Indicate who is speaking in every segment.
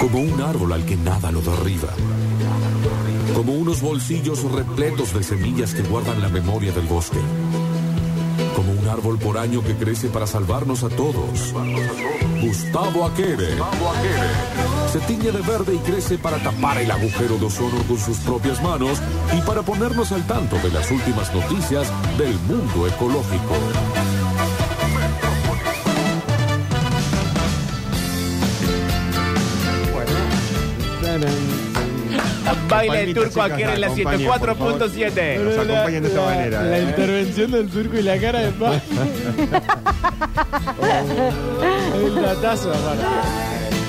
Speaker 1: como un árbol al que nada lo derriba, como unos bolsillos repletos de semillas que guardan la memoria del bosque, como un árbol por año que crece para salvarnos a todos. Gustavo Aquere se tiñe de verde y crece para tapar el agujero de ozono con sus propias manos y para ponernos al tanto de las últimas noticias del mundo ecológico.
Speaker 2: Baile el
Speaker 3: Palmita,
Speaker 2: turco
Speaker 3: chicas,
Speaker 2: aquí en la
Speaker 3: acompañen, por favor.
Speaker 2: 104.7.
Speaker 3: Nos acompañen de esta
Speaker 4: la,
Speaker 3: manera.
Speaker 4: la
Speaker 3: ¿eh?
Speaker 4: intervención del turco y la cara de paz. Un platazo, aparte.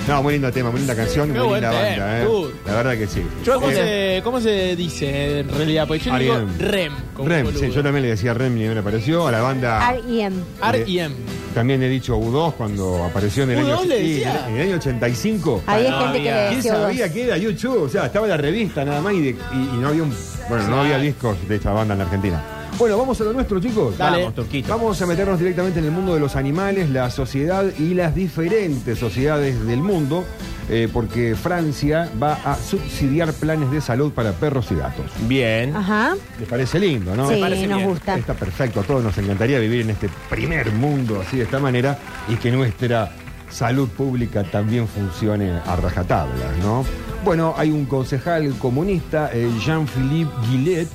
Speaker 3: No, muy lindo tema, muy linda canción, y
Speaker 4: Qué
Speaker 3: muy
Speaker 4: buen
Speaker 3: linda
Speaker 4: tema,
Speaker 3: banda. ¿eh?
Speaker 4: tú.
Speaker 3: La verdad que sí.
Speaker 4: ¿Cómo,
Speaker 3: Eh, E
Speaker 4: se, ¿Cómo se dice en realidad? Porque yo le digo
Speaker 3: R.E.M..
Speaker 4: REM. como
Speaker 3: Rem,
Speaker 4: boludo.
Speaker 3: sí, yo también le decía Rem y me apareció. A la banda
Speaker 5: R.E.M.
Speaker 4: R.E.M..
Speaker 3: también he dicho U2 cuando apareció en el,
Speaker 4: ¿U2
Speaker 3: año,
Speaker 4: le
Speaker 3: sí,
Speaker 4: decía?
Speaker 3: en el año 85.
Speaker 5: Había
Speaker 4: Ah,
Speaker 5: gente que
Speaker 4: mira.
Speaker 5: le
Speaker 3: E ¿Quién
Speaker 5: decía
Speaker 3: sabía
Speaker 5: vos.
Speaker 3: que era YouTube? O sea, estaba la revista nada más y, de- y- y no había un, bueno, no había discos de esta banda en la Argentina. Bueno, vamos a lo nuestro, chicos.
Speaker 4: Dale.
Speaker 2: Vamos, Turquito.
Speaker 3: Vamos a meternos directamente en el mundo de los animales, la sociedad y las diferentes sociedades del mundo, eh, porque Francia va a subsidiar planes de salud para perros y gatos.
Speaker 2: Bien.
Speaker 5: Ajá.
Speaker 3: ¿Les parece lindo, no?
Speaker 5: sí,
Speaker 2: parece
Speaker 5: nos
Speaker 2: bien.
Speaker 5: gusta.
Speaker 3: Está perfecto, a todos nos encantaría vivir en este primer mundo así de esta manera y que nuestra salud pública también funcione a rajatabla, ¿no? Bueno, hay un concejal comunista, eh, Jean-Philippe Guillet,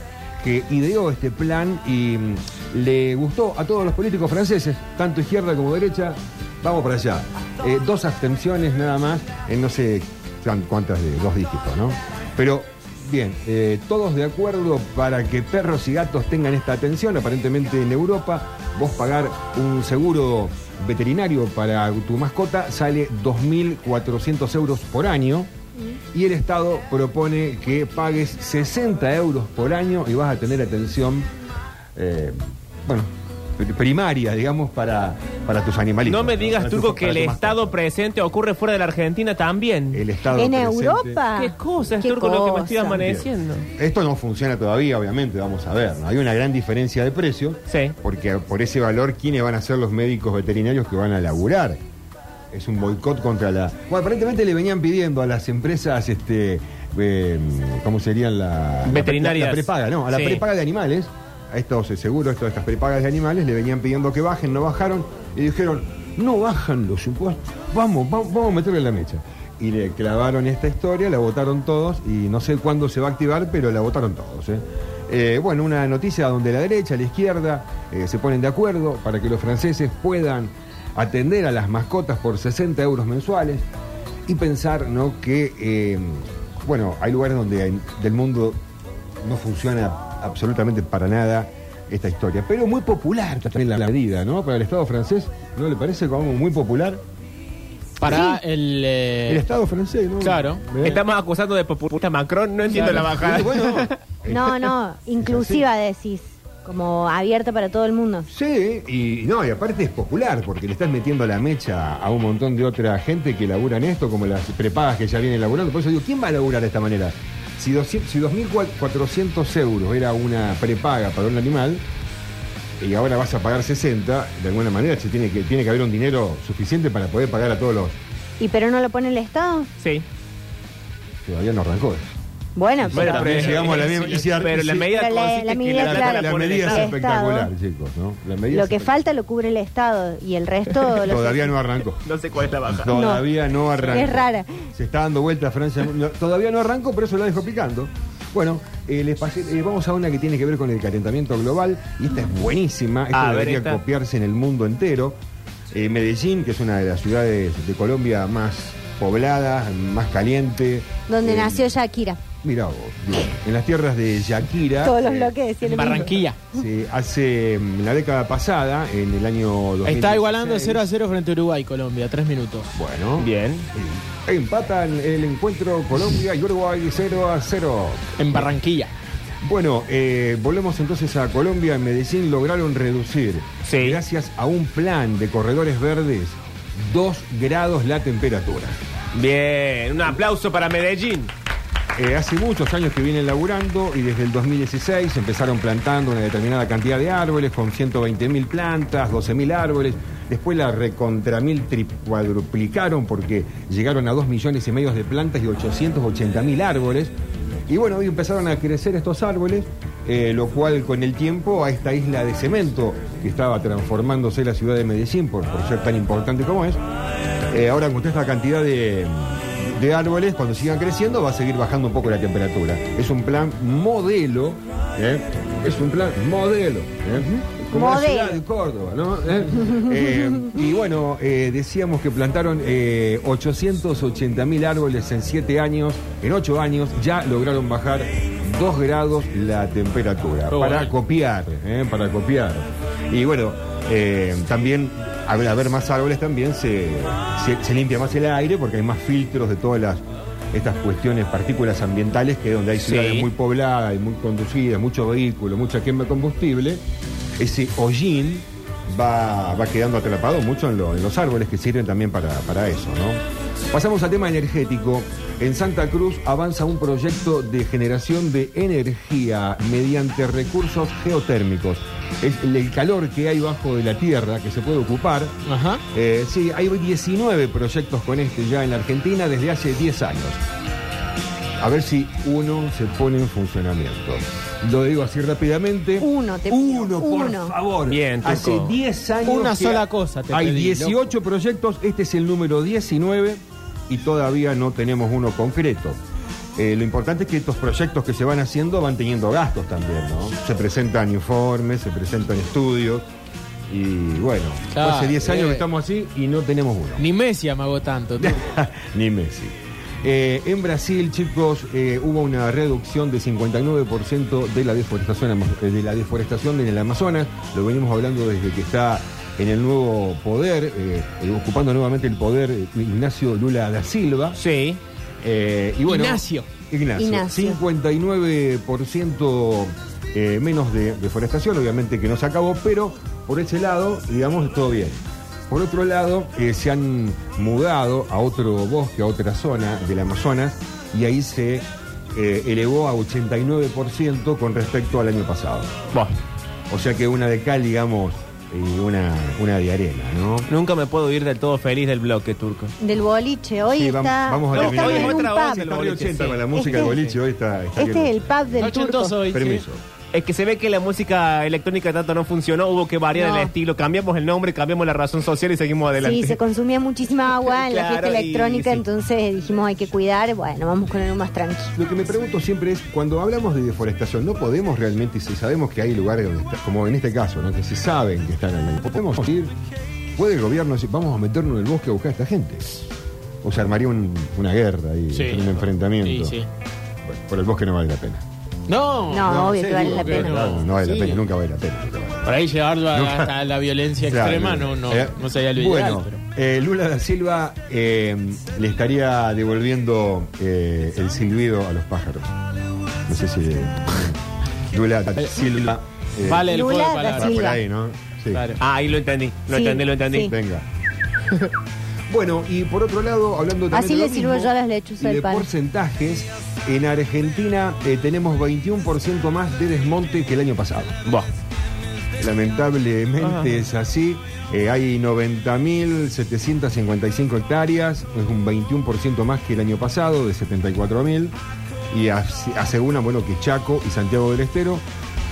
Speaker 3: que ideó este plan y mm, le gustó a todos los políticos franceses, tanto izquierda como derecha. Vamos para allá. Eh, dos abstenciones nada más, en no sé cuán- cuántas de dos dígitos, ¿no? Pero Bien, eh, todos de acuerdo para que perros y gatos tengan esta atención. Aparentemente en Europa, vos pagar un seguro veterinario para tu mascota sale 2.400 euros por año. Y el Estado propone que pagues 60 euros por año y vas a tener atención, eh, bueno, pri- primaria, digamos, para, para tus animalitos.
Speaker 2: No me digas,
Speaker 3: Para tu-
Speaker 2: Turco, que
Speaker 3: para
Speaker 2: el
Speaker 3: tu mascota.
Speaker 2: estado presente ocurre fuera de la Argentina también.
Speaker 3: El Estado
Speaker 5: ¿En
Speaker 3: presente-
Speaker 5: Europa?
Speaker 2: ¿Qué cosas,
Speaker 5: ¿Qué
Speaker 2: Turco, lo que me estoy
Speaker 5: cosa?
Speaker 2: amaneciendo?
Speaker 3: Esto no funciona todavía, obviamente, vamos a ver. ¿no? Hay una gran diferencia de precio.
Speaker 2: Sí.
Speaker 3: Porque por ese valor, ¿quiénes van a ser los médicos veterinarios que van a laburar? Es un boicot contra la. Bueno, aparentemente le venían pidiendo a las empresas, este, eh, ¿cómo serían la. la-
Speaker 2: Veterinarias.
Speaker 3: La, prepaga, ¿no? A la
Speaker 2: Sí.
Speaker 3: prepaga de animales, a estos eh, seguros, todas estas prepagas de animales, le venían pidiendo que bajen, no bajaron, y dijeron, no bajan los impuestos, vamos, va- vamos, a meterle la mecha. Y le clavaron esta historia, la votaron todos, y no sé cuándo se va a activar, pero la votaron todos. ¿eh? Eh, bueno, una noticia donde la derecha, la izquierda eh, se ponen de acuerdo para que los franceses puedan atender a las mascotas por 60 euros mensuales y pensar ¿no? que, eh, bueno, hay lugares donde en- del mundo no funciona absolutamente para nada esta historia. Pero muy popular también la medida, ¿no? Para el Estado francés, ¿no le parece como muy popular?
Speaker 4: Para el. eh,
Speaker 3: El Estado francés, ¿no?
Speaker 4: Claro.
Speaker 3: ¿Eh?
Speaker 2: Estamos acusando de populista a Macron, no entiendo
Speaker 4: Claro.
Speaker 2: la bajada.
Speaker 3: Bueno,
Speaker 5: No, no, inclusiva decís. Como abierta para todo el mundo.
Speaker 3: Sí, y no, y aparte es popular, porque le estás metiendo la mecha a un montón de otra gente que labura en esto, como las prepagas que ya vienen laburando. Por eso digo, ¿quién va a laburar de esta manera? Si, 200 si 2.400 euros era una prepaga para un animal, y ahora vas a pagar 60, de alguna manera se tiene que, tiene que haber un dinero suficiente para poder pagar a todos los...
Speaker 5: ¿Y pero no lo pone el Estado?
Speaker 2: Sí.
Speaker 3: Todavía no arrancó. eso.
Speaker 5: Bueno,
Speaker 2: Bueno,
Speaker 5: pero...
Speaker 2: pero-
Speaker 3: llegamos a la misma- y si ar-
Speaker 2: Pero
Speaker 3: y
Speaker 2: la
Speaker 3: si-
Speaker 2: medida
Speaker 5: Pero la-
Speaker 2: consiste
Speaker 5: la
Speaker 2: en que
Speaker 5: medida,
Speaker 2: la
Speaker 5: claro.
Speaker 2: plata la pone el
Speaker 3: medida es
Speaker 5: Estado.
Speaker 3: espectacular, chicos, ¿no? La medida
Speaker 5: Lo
Speaker 3: es
Speaker 5: que
Speaker 3: espectacular.
Speaker 5: falta lo cubre el Estado y el resto lo
Speaker 3: Todavía no arrancó.
Speaker 2: No sé cuál es la bajada.
Speaker 3: Todavía no, arranca.
Speaker 5: Es rara.
Speaker 3: Se está dando vuelta Francia. No, todavía no arrancó, pero eso la dejo picando. Bueno, eh, les pasé- eh, vamos a una que tiene que ver con el calentamiento global y esta es buenísima. Esta
Speaker 2: A ver,
Speaker 3: debería
Speaker 2: esta.
Speaker 3: copiarse en el mundo entero. Eh, Medellín, que es una de las ciudades de Colombia más pobladas, más caliente.
Speaker 5: Donde
Speaker 3: Eh,
Speaker 5: nació Shakira.
Speaker 3: Mirá vos, bien. en las tierras de Shakira.
Speaker 5: Todos los
Speaker 3: eh,
Speaker 5: bloques decían lo
Speaker 4: en
Speaker 5: mismo.
Speaker 4: Barranquilla.
Speaker 3: se hace mm, la década pasada, en el año 2016.
Speaker 4: Está igualando 0 a 0 frente a Uruguay, Colombia. Tres minutos.
Speaker 3: Bueno.
Speaker 2: Bien.
Speaker 3: Empatan el encuentro Colombia y Uruguay 0 a 0.
Speaker 4: En Barranquilla.
Speaker 3: Bueno, eh, volvemos entonces a Colombia. En Medellín lograron reducir,
Speaker 2: Sí.
Speaker 3: gracias a un plan de corredores verdes, 2 grados la temperatura.
Speaker 2: Bien. Un aplauso para Medellín.
Speaker 3: Eh, hace muchos años que vienen laburando y desde el 2016 empezaron plantando una determinada cantidad de árboles con 120.000 plantas, 12.000 árboles. Después la recontra mil tri- cuadruplicaron porque llegaron a 2 millones y medio de plantas y 880.000 árboles. Y bueno, hoy empezaron a crecer estos árboles, eh, lo cual con el tiempo a esta isla de cemento que estaba transformándose la ciudad de Medellín por- por ser tan importante como es, eh, ahora con toda esta cantidad de, de árboles, cuando sigan creciendo, va a seguir bajando un poco la temperatura. Es un plan modelo, ¿eh? es un plan modelo. ¿eh? Como la
Speaker 5: Modelo.
Speaker 3: ciudad de Córdoba, ¿no? ¿Eh? Eh, y bueno, eh, decíamos que plantaron 880 mil árboles en 7 años, en 8 años ya lograron bajar 2 grados la temperatura
Speaker 4: Qué
Speaker 3: para
Speaker 4: bueno.
Speaker 3: copiar, ¿eh? para copiar. Y bueno, eh, también al haber más árboles también se, se- se limpia más el aire porque hay más filtros de todas las estas cuestiones, partículas ambientales, que donde hay ciudades muy pobladas y muy conducidas, muchos vehículos, mucha quema de combustible, ese hollín va, va quedando atrapado mucho en, lo- en los árboles que sirven también para, para eso, ¿no? Pasamos al tema energético. En Santa Cruz avanza un proyecto de generación de energía mediante recursos geotérmicos. Es el- el calor que hay bajo de la tierra que se puede ocupar.
Speaker 4: Ajá.
Speaker 3: Eh, sí, hay 19 proyectos con este ya en la Argentina desde hace 10 años. A ver si uno se pone en funcionamiento. Lo digo así rápidamente.
Speaker 5: Uno, te pido,
Speaker 3: Uno, por
Speaker 5: uno.
Speaker 3: favor.
Speaker 2: Bien, Tuco.
Speaker 3: hace 10 años.
Speaker 4: Una
Speaker 3: que
Speaker 4: sola cosa te
Speaker 3: Hay
Speaker 4: pedí,
Speaker 3: 18 proyectos, este es el número 19 y todavía no tenemos uno concreto. Eh, lo importante es que estos proyectos que se van haciendo van teniendo gastos también, ¿no? Se presentan informes, se presentan estudios y bueno,
Speaker 4: Claro,
Speaker 3: hace 10 años
Speaker 4: eh.
Speaker 3: que estamos así y no tenemos uno.
Speaker 4: Ni Messi amagó tanto. tú.
Speaker 3: Ni Messi. Eh, en Brasil, chicos, eh, hubo una reducción de 59% de la deforestación ama- eh, de la deforestación en el Amazonas. Lo venimos hablando desde que está en el nuevo poder, eh, eh, ocupando nuevamente el poder eh, Ignacio Lula da Silva.
Speaker 2: Sí.
Speaker 3: Eh, y bueno,
Speaker 4: Ignacio.
Speaker 3: Ignacio.
Speaker 5: Ignacio.
Speaker 3: 59% eh, menos de deforestación, obviamente que no se acabó, pero por ese lado, digamos, todo bien. Por otro lado, eh, se han mudado a otro bosque, a otra zona del Amazonas, y ahí se eh, elevó a 89% con respecto al año pasado.
Speaker 2: Bueno,
Speaker 3: O sea que una de cal, digamos, y una, una de arena, ¿no?
Speaker 2: nunca me puedo ir del todo feliz del bloque turco.
Speaker 5: Del boliche. Hoy
Speaker 3: Sí, vam-
Speaker 5: está.
Speaker 3: vamos a
Speaker 5: hoy
Speaker 3: terminar.
Speaker 5: estamos en
Speaker 2: Hoy
Speaker 5: un
Speaker 2: otra
Speaker 5: pub.
Speaker 2: once,
Speaker 3: Está re
Speaker 2: lo- boliche,
Speaker 3: 80
Speaker 2: sí.
Speaker 3: con la música
Speaker 5: Este-
Speaker 3: de boliche, hoy está... está
Speaker 5: Este es
Speaker 3: bien.
Speaker 5: el pub del turco.
Speaker 4: Ochentoso hoy, sí.
Speaker 3: Permiso.
Speaker 2: Es que se ve que la música electrónica tanto no funcionó, hubo que variar
Speaker 5: No.
Speaker 2: el estilo, cambiamos el nombre, cambiamos la razón social y seguimos adelante.
Speaker 5: Sí, se consumía muchísima agua en la
Speaker 2: Claro,
Speaker 5: fiesta
Speaker 2: y-
Speaker 5: electrónica,
Speaker 2: sí.
Speaker 5: entonces dijimos hay que cuidar. Bueno, vamos con algo más tranquilo.
Speaker 3: Lo que me pregunto siempre es, cuando hablamos de deforestación, ¿no podemos realmente, si sabemos que hay lugares donde está- como en este caso, ¿no? que se saben que están ahí, podemos ir, puede el gobierno decir, vamos a meternos en el bosque a buscar a esta gente? O se armaría un- una guerra ahí,
Speaker 4: Sí.
Speaker 3: un enfrentamiento.
Speaker 4: Sí, sí.
Speaker 3: Bueno, por el bosque no vale la pena.
Speaker 4: No.
Speaker 5: No,
Speaker 3: No,
Speaker 5: Ah, obvio
Speaker 3: sí,
Speaker 5: que vale
Speaker 3: digo
Speaker 5: la
Speaker 4: que
Speaker 5: pena.
Speaker 3: No, no vale la
Speaker 4: Sí.
Speaker 3: pena, nunca vale la pena. nunca vale la pena.
Speaker 4: Por ahí llevarlo a-
Speaker 3: Nunca.
Speaker 4: hasta la violencia
Speaker 3: Claro.
Speaker 4: extrema no, no,
Speaker 3: Eh,
Speaker 4: no sería lo ideal.
Speaker 3: Bueno,
Speaker 4: pero-
Speaker 3: eh, Lula da Silva eh, le estaría devolviendo eh, el silbido a los pájaros. No sé si. eh, Lula da Silva. eh,
Speaker 4: Vale el
Speaker 5: Lula
Speaker 4: juego de
Speaker 5: da
Speaker 3: va
Speaker 4: palabras.
Speaker 5: Silva.
Speaker 3: por ahí, ¿no? Sí.
Speaker 4: Claro.
Speaker 2: Ah, ahí lo entendí, lo
Speaker 5: Sí,
Speaker 2: entendí, lo entendí.
Speaker 5: sí.
Speaker 3: Venga. Bueno, y por otro lado, hablando también
Speaker 5: Así
Speaker 3: de lo
Speaker 5: le sirvo
Speaker 3: mismo,
Speaker 5: yo a las lechuzas
Speaker 3: y
Speaker 5: del
Speaker 3: de
Speaker 5: pan.
Speaker 3: porcentajes, en Argentina eh, tenemos 21% más de desmonte que el año pasado.
Speaker 2: Buah.
Speaker 3: Lamentablemente
Speaker 2: Ajá.
Speaker 3: es así. Eh, hay 90.755 hectáreas, es un 21% más que el año pasado, de 74.000. Y as- aseguran, bueno, que Chaco y Santiago del Estero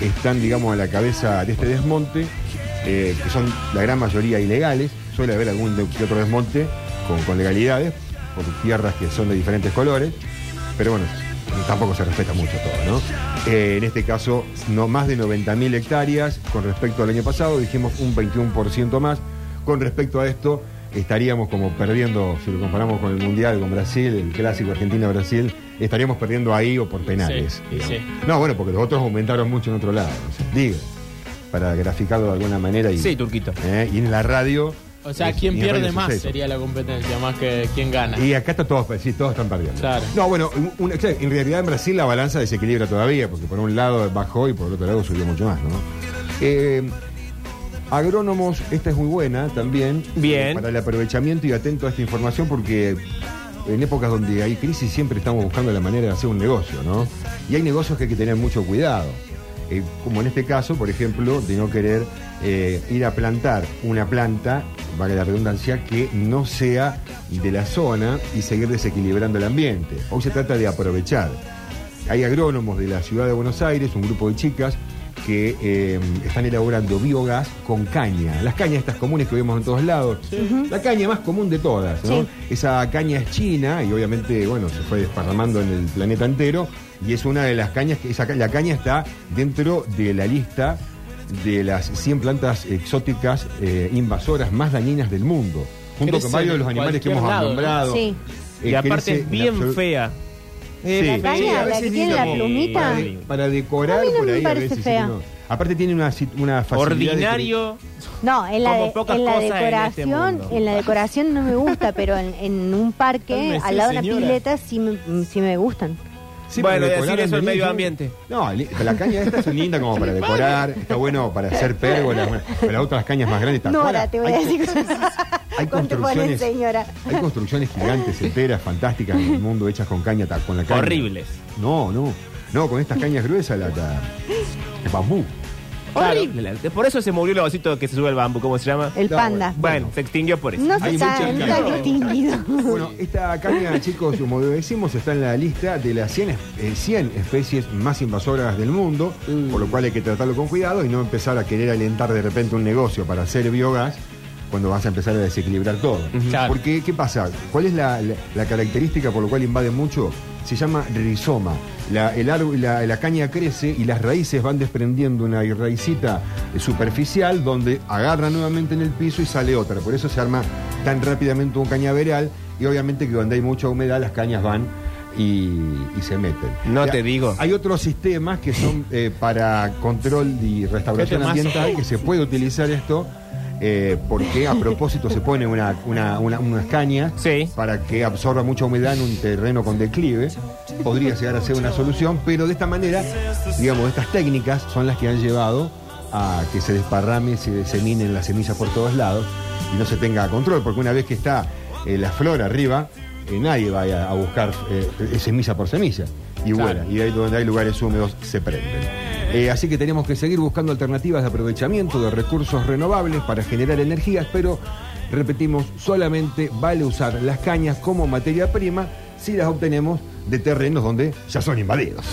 Speaker 3: están, digamos, a la cabeza de este desmonte, eh, que son la gran mayoría ilegales. Suele haber algún de- que otro desmonte con, con legalidades, por tierras que son de diferentes colores. Pero bueno, tampoco se respeta mucho todo, ¿no? Eh, en este caso, no más de 90.000 hectáreas con respecto al año pasado, dijimos un 21% más. Con respecto a esto, estaríamos como perdiendo, si lo comparamos con el Mundial, con Brasil, el clásico Argentina-Brasil, estaríamos perdiendo ahí o por penales.
Speaker 4: Sí,
Speaker 3: digamos.
Speaker 4: sí.
Speaker 3: No, bueno, porque los otros aumentaron mucho en otro lado. o sea, digo, para graficarlo de alguna manera. Y,
Speaker 2: Sí, Turquito.
Speaker 3: eh, y en la radio.
Speaker 4: O sea,
Speaker 3: es-
Speaker 4: ¿quién
Speaker 3: y en
Speaker 4: pierde
Speaker 3: Radio
Speaker 4: más
Speaker 3: Suceso.
Speaker 4: sería la competencia? Más que quién gana.
Speaker 3: Y acá está todos, sí, todos están perdiendo.
Speaker 4: Claro.
Speaker 3: No, bueno, un- un- claro, en realidad en Brasil la balanza desequilibra todavía, porque por un lado bajó y por el otro lado subió mucho más, ¿no? Eh, agrónomos, esta es muy buena también.
Speaker 2: Bien.
Speaker 3: eh, Para el aprovechamiento y atento a esta información porque en épocas donde hay crisis siempre estamos buscando la manera de hacer un negocio, ¿no? Y hay negocios que hay que tener mucho cuidado. Eh, como en este caso, por ejemplo, de no querer eh, ir a plantar una planta, vale la redundancia, que no sea de la zona y seguir desequilibrando el ambiente. Hoy se trata de aprovechar. Hay agrónomos de la ciudad de Buenos Aires, un grupo de chicas, que eh, están elaborando biogás con caña. Las cañas estas comunes que vemos en todos lados. La caña más común de todas, ¿no?
Speaker 5: Sí.
Speaker 3: Esa caña es china y obviamente, bueno, se fue desparramando en el planeta entero. Y es una de las cañas que esa ca- la caña está dentro de la lista de las 100 plantas exóticas eh, invasoras más dañinas del mundo. Junto
Speaker 4: Crece
Speaker 3: con varios de los
Speaker 4: en
Speaker 3: animales que hemos
Speaker 4: cualquier lado, ¿no?
Speaker 3: nombrado.
Speaker 5: Sí.
Speaker 2: Y
Speaker 3: Eh,
Speaker 2: aparte
Speaker 3: crece
Speaker 2: es
Speaker 3: en
Speaker 2: bien
Speaker 3: absolu-
Speaker 2: fea.
Speaker 3: Sí.
Speaker 5: La caña,
Speaker 3: Sí, a
Speaker 5: la
Speaker 3: veces
Speaker 5: que
Speaker 3: ni
Speaker 5: tiene la
Speaker 3: como-
Speaker 5: plumita.
Speaker 3: para, para decorar
Speaker 5: A mí no
Speaker 3: por
Speaker 5: me
Speaker 3: ahí a
Speaker 5: parece
Speaker 3: veces, sí,
Speaker 5: fea.
Speaker 3: no. Aparte tiene una, si- una facilidad de que-
Speaker 2: Ordinario.
Speaker 5: No, en la,
Speaker 2: Como
Speaker 5: de-
Speaker 2: pocas
Speaker 5: en la
Speaker 2: cosas en este
Speaker 5: decoración, en,
Speaker 2: mundo.
Speaker 5: la decoración no me gusta, pero en, en un parque,
Speaker 4: Cálmese,
Speaker 5: al lado de una
Speaker 4: señora.
Speaker 5: pileta, sí me, sí me gustan.
Speaker 3: Sí,
Speaker 2: Bueno,
Speaker 3: para
Speaker 2: decir
Speaker 3: decorar
Speaker 2: eso al medio
Speaker 3: Belén.
Speaker 2: ambiente.
Speaker 3: No, li- la caña esta es linda como para decorar, está bueno para hacer pérgolas, bueno, pero las otras cañas más grandes están
Speaker 5: No,
Speaker 3: fuera.
Speaker 5: ahora te voy a
Speaker 3: Hay-
Speaker 5: decir
Speaker 3: hay
Speaker 5: cuánto ponen,
Speaker 3: construcciones-
Speaker 5: señora.
Speaker 3: Hay construcciones gigantes, enteras, fantásticas en el mundo hechas con caña, ta- con la caña.
Speaker 2: Horribles.
Speaker 3: No, no, no, con estas cañas gruesas, la, la- el bambú.
Speaker 2: Horrible. la- Por eso se murió el vasito que se sube al bambú. ¿Cómo se llama?
Speaker 5: El
Speaker 3: No,
Speaker 5: panda.
Speaker 2: Bueno, se extinguió por eso.
Speaker 5: No
Speaker 3: Hay
Speaker 5: se
Speaker 3: muchas
Speaker 5: sabe, no está
Speaker 3: cañas.
Speaker 5: distinguido.
Speaker 3: Bueno, esta caña, chicos, como decimos, está en la lista de las 100, es- eh, 100 especies más invasoras del mundo, por lo cual hay que tratarlo con cuidado y no empezar a querer alentar de repente un negocio para hacer biogás cuando vas a empezar a desequilibrar todo.
Speaker 4: Claro.
Speaker 3: Porque, ¿qué pasa? ¿Cuál es la, la- la característica por lo cual invade mucho? Se llama rizoma. La, el árbol- la- la caña crece y las raíces van desprendiendo una raicita eh, superficial donde agarra nuevamente en el piso y sale otra. Por eso se arma tan rápidamente un cañaveral y obviamente que donde hay mucha humedad las cañas van y, y se meten.
Speaker 2: No
Speaker 3: Ya,
Speaker 2: te digo.
Speaker 3: Hay otros sistemas que son eh, para control y restauración
Speaker 2: Este
Speaker 4: Qué temazo.
Speaker 3: ambiental que se puede utilizar esto. eh, porque a propósito se pone una, una- una- unas cañas
Speaker 2: Sí.
Speaker 3: para que absorba mucha humedad en un terreno con declive. Podría llegar a ser una solución, pero de esta manera, digamos, estas técnicas son las que han llevado a que se desparrame, se diseminen las semillas por todos lados y no se tenga control, porque una vez que está eh, la flor arriba, eh, nadie va a, a buscar eh, eh, semilla por semilla y vuela. Y ahí donde hay lugares húmedos se prenden. Eh, así que tenemos que seguir buscando alternativas de aprovechamiento de recursos renovables para generar energías, pero repetimos, solamente vale usar las cañas como materia prima si las obtenemos de terrenos donde ya son invadidos.